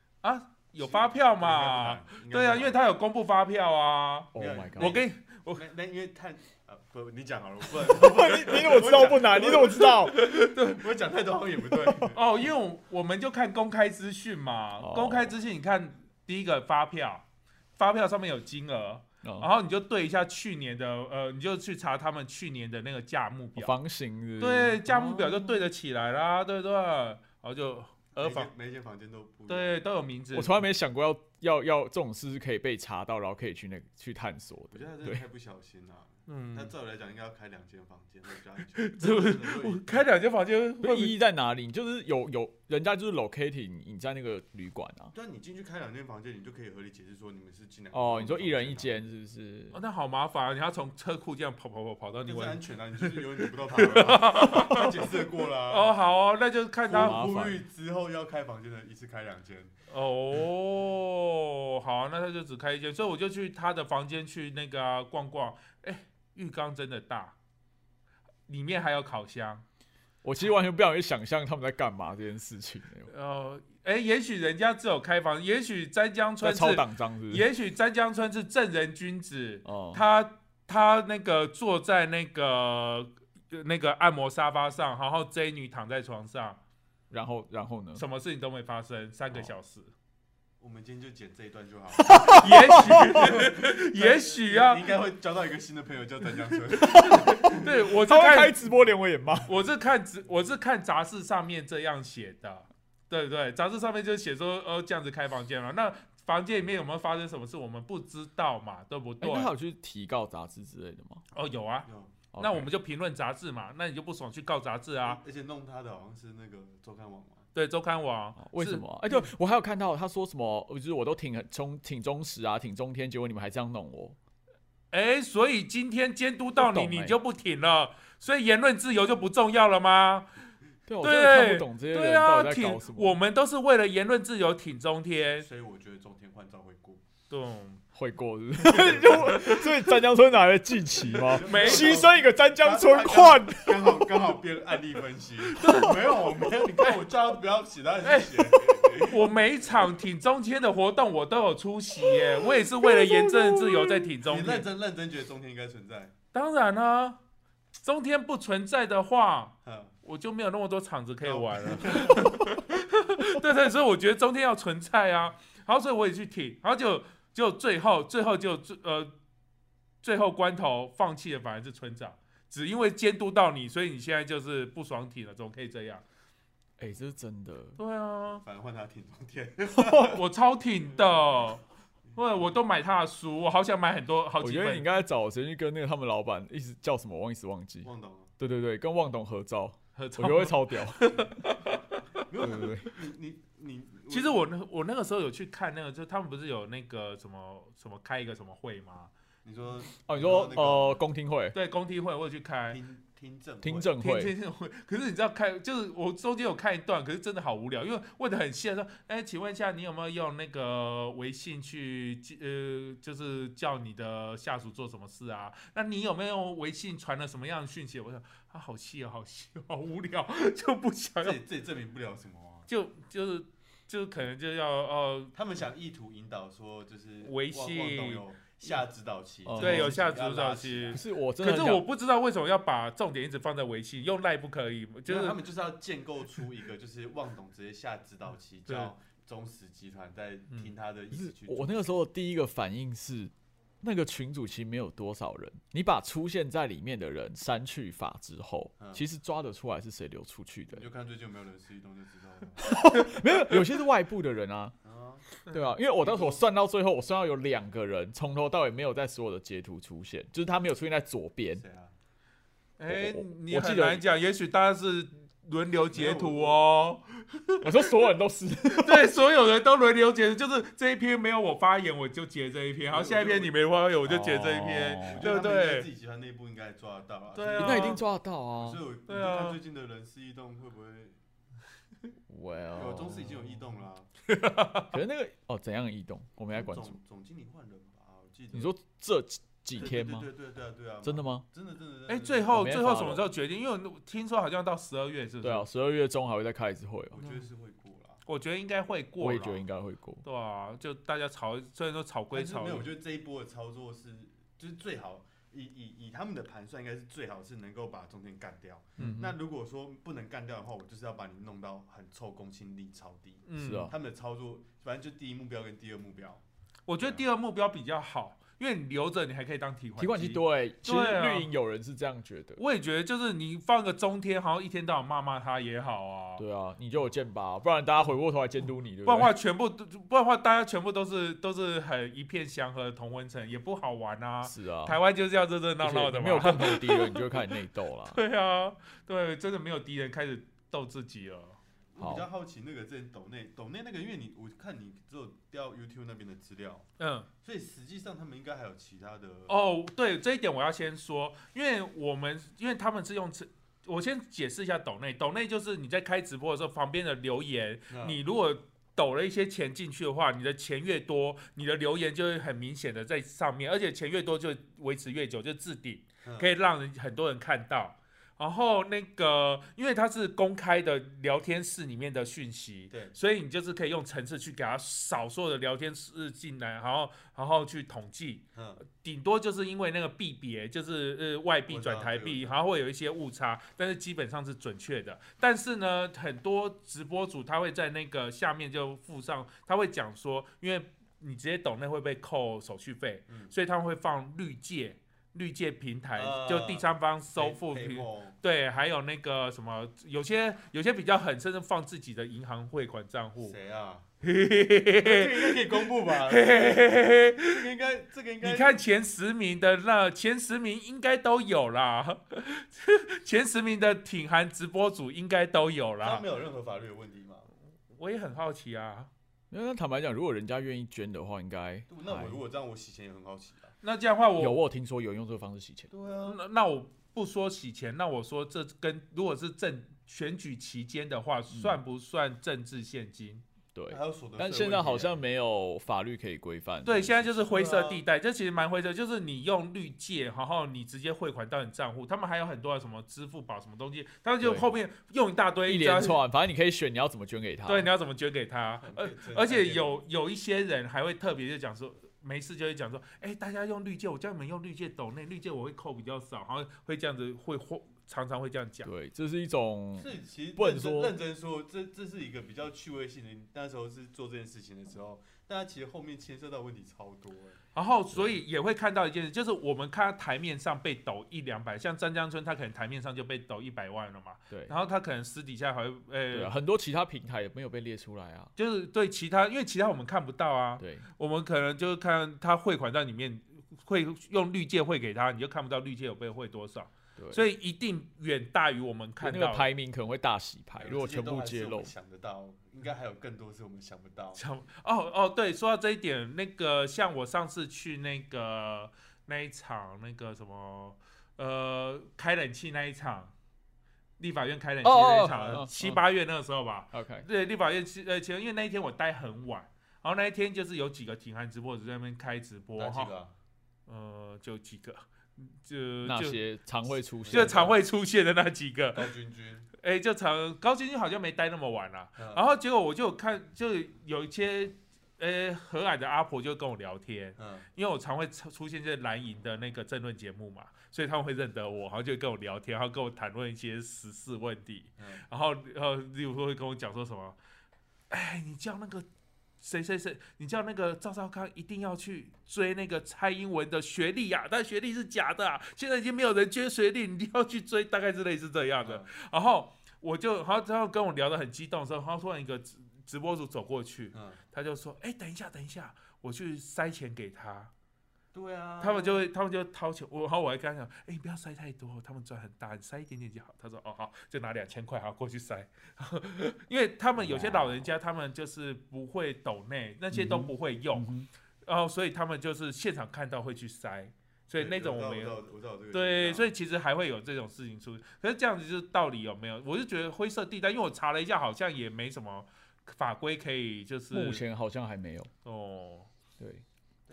B: 有发票
C: 嘛
B: 嘛？？对啊，因为他有公布发票啊。
A: ，Oh my
C: 对
A: god！
B: 我跟你
C: 我那那因为探啊不，你讲好了，我 不
A: 不， 你你怎么知道不难？你怎么知道？
C: 然我讲太多好像也不 对。
B: 哦，因为我我们就看公开资讯嘛，
A: 哦
B: 公开资讯你看第一个发票，发票上面有金额，然
A: 哦
B: 后你就对一下去年的，呃，你就去查他们去年的那个价目表，
A: 房型是不是
B: 对，价目表就对得起来啦，对不对？然后就而
C: 每
B: 呃房
C: 间，每一间房间都不一样
B: 对，，都有名字。
A: 哦我从来没想过要要要这种事是可以被查到，然后可以去那个去探索
C: 我觉
A: 的。
C: 得他真的
A: 对，
C: 太不小心了。那
B: 嗯，
C: 照理来讲，应该要开两间房间会比较安 全。
B: 这不是
C: 真的会
B: 我开两间房间会不
A: 那
B: 会
A: 意义在哪里？你就是有有人家就是 locating 你你在那个旅馆啊。
C: 但你进去开两间房间，你就可以合理解释说你们是进来
A: 哦，你说一人一，间是不是
B: 哦？那好麻烦啊，你要从车库这样跑跑跑跑到
C: 那
B: 另
C: 是
B: 外一
C: 安全啊，你就是永远得不到他了。啊 他解释过了啊。
B: 哦，好哦，那就看他
A: 好
C: 呼
A: 麻
C: 呼
A: 烦
C: 吁之后要开房间的，一次开两间。
B: 哦，好啊、那他就只开一间，所以我就去他的房间去那个啊、逛逛。哎，浴缸真的大，里面还有烤箱。
A: 我其实完全不想去想象他们在干嘛这件事情、 欸。
B: 呃，哎，也许人家只有开房，也许詹江
A: 在
B: 村
A: 抄
B: 是，
A: 党章是不是？
B: 也许詹江村是正人君子，
A: 哦，
B: 他他那个坐在那个呃那个按摩沙发上，然后 J 女躺在床上，
A: 然后然后呢？
B: 什么事情都没发生，三个
A: 嗯哦
B: 小时。
C: 我们今天就剪这一段就好了。
B: 也许，也许啊
C: 你，应该会交到一个新的朋友叫陈 江春。
B: 对我是
A: 他会
B: 看
A: 开直播连我也骂。
B: 我是看杂我是看杂志上面这样写的，对不对？杂志上面就写说，呃，这样子开房间嘛，那房间里面有没有发生什么事，我们不知道嘛，对不
A: 哎、
B: 对？啊
A: 那他有去提告杂志之类的吗？
B: 哦，有啊，
C: 有
B: 那
A: OK
B: 我们就评论杂志嘛，那你就不爽去告杂志
A: 哦
B: 啊？，
C: 而且弄他的好像是那个周刊网嘛。
B: 对，周刊网
A: 哦为
B: 是嗯
A: 什么啊？哎、对我还有看到他说什么，就是我都挺忠挺忠实啊，挺中天，结果你们还这样弄我。
B: 哎，所以今天监督到
A: 不
B: 你，
A: 懂
B: 你
A: 哎
B: 就不挺了，所以言论自由就不重要了吗？
A: 对，我
B: 对
A: 真的看不懂这些
B: 对
A: 人
B: 啊
A: 到，底在
B: 挺
A: 搞什么。
B: 我们都是为了言论自由挺中天，
C: 所以我觉得中天换照会过。
B: 对。
A: 会过是不是 就所以詹江村哪来的季旗吗？
B: 没有
A: 牺牲一个哎詹江村
C: 他他
A: 换
C: 刚好刚好编案例 分析，没有，我没有，你看我叫他不要写，他
B: 哎
C: 很写。
B: 我每一场挺中间的活动我都有出席 耶，我也是为了严正自由在挺
C: 你
B: 中
C: 认
B: 间。
C: 真认真觉得中天应该存在，
B: 当然啦、中天不存在的话，
C: 嗯，
B: 我就没有那么多场子可以 玩了。对对，所以我觉得中天要存在啊。然后所以我也去挺，然后就就最后最后就最呃最后关头放弃的反而是村长，只因为监督到你，所以你现在就是不爽挺了，怎么可以这样？
A: 哎、这是真的。
B: 对啊，
C: 反正换他挺中天，
B: 我超挺的，对，我都买他的书，我好想买很多好
A: 我
B: 几
A: 觉得你
B: 本
A: 应。该找时间去跟那个他们老板，一直叫什么，我一直忘哦记。
C: 忘懂
A: 对对对，跟旺董合 照，
B: 合
A: 我
B: 照
A: 觉得会超屌。
C: 了。没
A: 对
C: 有，
A: 对对，
C: 你你你，
B: 其实我那我那个时候有去看那个，就他们不是有那个什么什么开一个什么会吗？
C: 你说
A: 哦，你说
C: 那个
A: 呃，公听会、
B: 对，公听会我有去开。
C: 听听证
A: 听
C: 会
A: 证
B: 天
A: 会，
B: 天天会，可是你知道看，就是我中间有看一段，可是真的好无聊，因为问的很细，说，哎、请问一下，你有没有用那个微信去记呃，就是叫你的下属做什么事啊？那你有没有用微信传了什么样的讯息？我想啊，好细哦，好细哦，好无聊， 就不想
C: 这
B: 要，
C: 也这也证明不了什么啊。
B: 就就是就可能就要呃，
C: 他们想意图引导说，就是
B: 微
C: 旺
B: 信
C: 旺董有下指导期
A: 哦，
B: 对，有下
C: 指
B: 指导期
A: 不。是我真的
B: 可
A: 很
B: 是
A: 想。
B: 我不知道为什么要把重点一直放在微信，用赖不可以吗，就
C: 就是
B: 是
C: 他们就是要建构出一个，就是旺董直接下指导期，
B: 对
C: 叫中石集团在听他的意
A: 不是
C: 思去做。
A: 我那个时候第一个反应是，那个群主其实没有多少人，你把出现在里面的人删去法之后，
C: 嗯
A: 其实抓得出来是谁流出去的
C: 你。就看最近有没有人吃一通就知道了。
A: 没 有，有些是外部的人啊，
C: 啊，
B: 嗯
A: 对啊，因为我当时我算到最后，我算到有两个人从头到尾没有在所有的截图出现，就是他没有出现在左边。
C: 谁啊？
B: 哎、
A: 我我
B: 你
A: 我记
B: 很
A: 得
B: 难讲，也许大家是轮流截图哦。
A: 我说所有人都是，
B: 对，所有人都轮流截，就是这一篇没有我发言，我就截这一篇，然后下一篇你没发言，我就截这一篇。
C: 我
A: 哦
C: 觉得
B: 对不
C: 他们应该
B: 对
C: 自己集团内部应该抓得到啊。
B: 对啊
A: 那一定抓得到
C: 所
A: 啊。
C: 以我你就
B: 对啊
C: 看最近的人吃异动会不会？有
A: Well，
C: 中视已经有异动了啊，
A: 可是那个哦，怎样的移动？我没在关注。
C: 总总经理换人吧，我记得。
A: 你说这几几
C: 对
A: 天吗？
C: 对对对对对啊！
A: 真的？吗？
C: 真的真的。真的
B: 哎、最
A: 我
B: 后
A: 没
B: 最后
A: 发
B: 什么
A: 了
B: 时候决定？因为我听说好像到十二月，是不是？
A: 对啊，，十二月中还会再开一次会哦
C: 我。觉得是会过啦。
B: 我觉得应该会过。
A: 我也觉得应。该会过。
B: 对啊，就大家吵，虽然说吵归
C: 但是
B: 吵
C: 没，有，我觉得这一波的操作是，就是最好以以以他们的盘算，应该是最好是能够把中间干掉。
A: 嗯
C: 那如果说不能干掉的话，我就是要把你弄到很臭，公信力超低。
B: 嗯
A: 是啊
C: 他们的操作，反正就第一目标跟第二目标，
B: 我觉得第二目标比较好，因为你留着你还可以当提款
A: 提款机。对，其
B: 对
A: 实
B: 啊
A: 绿营有人是这样觉得。
B: 我也觉得，就是你放个中天，好像一天到晚骂骂他也好啊。
A: 对啊，你就有剑吧，不然大家回过头来监督你，对
B: 不然
A: 不
B: 的话，
A: 对？
B: 全部都不然的话，大家全部都是都是很一片祥和的同温层，也不好玩啊。
A: 是啊，
B: 台湾就是要热热
A: 而
B: 闹
A: 且
B: 闹的
A: 你
B: 嘛，。
A: 没有共同敌人，你就会开始内斗啦
B: 对啊，对，真的没有敌人开始斗自己了。
A: 好
C: 我比较好奇那个之前抖内抖内那个，因为你我看你只有调 YouTube 那边的资料，
B: 嗯，
C: 所以实际上他们应该还有其他的。
B: 哦，对，这一点我要先说，因为我们因为他们是用这。我先解释一下抖内，抖内就是你在开直播的时候，旁边的留言，
C: 那，
B: 你如果抖了一些钱进去的话，你的钱越多，你的留言就会很明显的在上面，而且钱越多就维持越久，就置顶。
C: 嗯
B: 可以让人很多人看到。然后那个，因为它是公开的聊天室里面的讯息，
C: 对
B: 所以你就是可以用层次去给它扫所有的聊天室进来，然后然后去统计，
C: 嗯
B: 顶多就是因为那个币别就是呃外币
C: 我知道
B: 转台
C: 这个我
B: 币， 然后会有一些误差，但是基本上是准确的。但是呢，很多直播主他会在那个下面就附上，他会讲说，因为你直接抖那会被扣手续费，
C: 嗯，
B: 所以他们会放绿界、绿界平台，
C: 啊
B: 就第三方收付
C: 陪
B: 平。
C: 陪
B: 对，还有那个什么，有些有些比较狠，甚至放自己的银行汇款账
C: 我
B: 户。
C: 谁 啊？这个应该可以公布吧？这个应该，这个应该，
B: 你看前十名的那前十名应该都有啦， 前十名的挺韩直播主应该都有
C: 他
B: 啦
C: 没。有任何法律的问题嘛？
B: 我也很好奇啊，
A: 因为坦白讲，如果人家愿意捐的话，应该
C: 那我
A: 还
C: 如果这样，我洗钱也很好洗啊。
B: 那这样的话
A: 有
B: 我
A: 我有听说有人用这个方式洗钱，
C: 对啊，
B: 那那我不说洗钱，那我说这跟如果是政选举期间的话，算不算政治现金？
A: 对。
C: 还有所得税的问题啊。
A: 但现在好像没有法律可以规范。
B: 对，现在就是灰色
C: 对啊
B: 地带，这其实蛮灰色，就是你用绿界，然后你直接汇款到你账户，他们还有很多的什么支付宝什么东西，他们就
A: 对
B: 后面用一大
A: 一
B: 堆你知道
A: 连串，啊反正你可以选你要怎么捐给他。
B: 对，你要怎么捐给他？而
C: 这个
B: 而且有有一些人还会特别就讲说，没事就会讲说，哎、大家用绿界，我叫你们用绿界抖内，绿界我会扣比较少，然后会这样子会或常常会这样讲。
A: 对，这是一种
C: 是其实
A: 不能
C: 认真
A: 说
C: 认真说，这这是一个比较趣味性的。那时候是做这件事情的时候，但它其实后面牵涉到问题超多、欸。
B: 然后，所以也会看到一件事，就是我们看到台面上被抖一两百，像张江村，他可能台面上就被抖一百万了嘛，
A: 对
B: 然后他可能私底下还会，
A: 对
B: 呃、
A: 啊，很多其他平台也没有被列出来啊。
B: 就是对其他，因为其他我们看不到啊，
A: 对，
B: 我们可能就是看他汇款在里面，会用绿界汇给他，你就看不到绿界有被汇多少，
A: 对
B: 所以一定远大于我们看
A: 那
B: 到
A: 个
B: 的。
A: 排名可能会大洗牌，如果
C: 这些
A: 全
C: 都
A: 部
C: 还是
A: 揭
C: 我
A: 露
C: 们，想得到，应该还有更多是我们想不到。
B: 像哦哦，对，说到这一点，那个像我上次去那个那一场那个什么呃开冷气那一场，立法院开冷气
A: 哦
B: 那
A: 哦
B: 一场，
A: 哦哦
B: 七
A: 哦
B: 八月那个时候吧，
A: OK，
B: 对，立法院七呃前因为那一天我待很晚，然后那一天就是有几个景涵直播主在那边开直播
C: 哪几
B: 哈，
C: 个、啊？
B: 呃就几个，嗯就
A: 那
B: 就
A: 些常会出现
B: 就
A: 的，
B: 常会出现的那几个，
C: 高君君，
B: 哎就常高晶晶好像没待那么晚啦、啊
C: 嗯
B: 然后结果我就看，就有一些呃和蔼的阿婆就跟我聊天，
C: 嗯，
B: 因为我常会出出现在蓝营的那个政论节目嘛，所以他们会认得我，然后就跟我聊天，然后跟我谈论一些时事问题，
C: 嗯
B: 然后呃，例如说会跟我讲说什么，哎，你叫那个。谁谁谁？你叫那个赵少康一定要去追那个蔡英文的学历呀、啊，但学历是假的、啊，现在已经没有人追学历，你一定要去追，大概之类是这样
C: 嗯
B: 的。然后我就，然后他后跟我聊得很激动的时候，然后突然一个直直播主走过去，
C: 嗯，
B: 他就说：“哎、等一下，等一下，我去塞钱给他。
C: 对啊，
B: 他们就会，他们就掏钱，我然后我还跟他讲：“哎、你不要塞太多，他们赚很大，你塞一点点就好。”他说：“哦，好，就拿两千块，好过去塞。” 因为他们有些老人家，他们就是不会抖内，那些都不会用，
A: 嗯
B: 然后所以他们就是现场看到会去塞，所以那种我
C: 我
B: 们
C: 知
B: 也
C: 道，我知道我知道这个。
B: 对，所
C: 以
B: 以其实还会有这种事情出现。可是这样子就是道理有没有？我就觉得灰色地带，因为我查了一下，好像也没什么法规可以就是
A: 目前好像还没有。
B: 哦，
A: 对，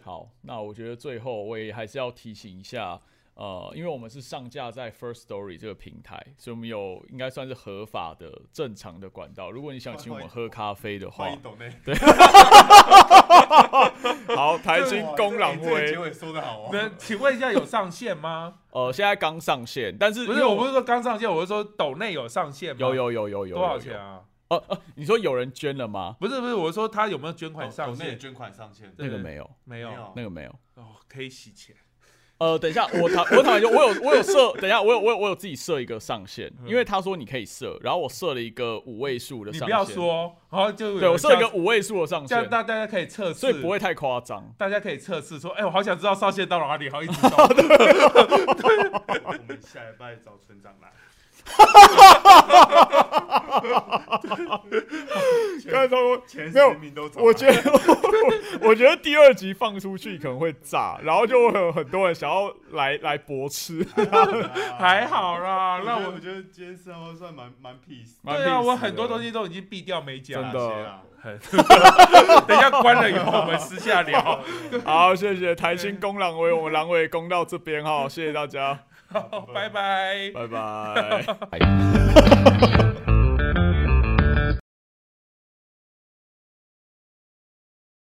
A: 好，那我觉得最后我也还是要提醒一下，呃，因为我们是上架在 First Story 这个平台，所以我们有应该算是合法的、正常的管道。如果你想请我们喝咖啡的话
C: 欢，迎懂内。
A: 好，台 新公
C: 狼
A: 狼
C: 结
A: 威，
C: 尾说的好哦。
B: 那请问一下有上限吗？
A: 呃，现在刚上线，但是
B: 不
A: 因
B: 是，
A: 为
B: 我不是说刚上线，我是说抖内有上限吗？
A: 有有有有有
B: 多少钱？
A: 有
B: 啊？
A: 有哦哦，你说有人捐了吗？
B: 不是不是，我是说他有没有捐款上
C: 抖内
B: 限？
C: 捐款上限，
B: 对
A: 那个没有，
B: 没有
A: 那个没有。
B: 哦，可以洗钱。
A: 呃，等一下，我坦我坦白说，我有我有设，等一下我有我有我有自己设一个上限，因为他说你可以设，然后我设了一个五位数的
B: 嗯你
A: 上限。
B: 不要说，然后就有
A: 对我
B: 人
A: 设一
B: 这
A: 个
B: 样
A: 五位数的上
B: 这样
A: 限，
B: 大大家可以测试，
A: 所以不会太夸张。
B: 大家可以测试说，哎、我好想知道上限到哪里，然后一直 抖。
C: 我们下礼拜找村长来。
A: 看到我
C: 前
A: 没有
C: 十名都找 来。
A: 我觉得 我觉得第二集放出去可能会炸，然后就会有很多人想要来来驳 斥。
B: 还好啦，那
C: 那
B: 我
C: 我觉得今天生活算蛮蛮 peace 的。
B: 对啊，我很多东西都已经避掉没
A: 真
B: 讲
A: 的
B: 了。
C: 谢啊啦
B: 很等一下关了以后，我们私下 聊。
A: 好，谢谢台新公狼威，我们狼尾公到这边哈，谢谢大家，
B: 好拜拜。
A: 拜拜。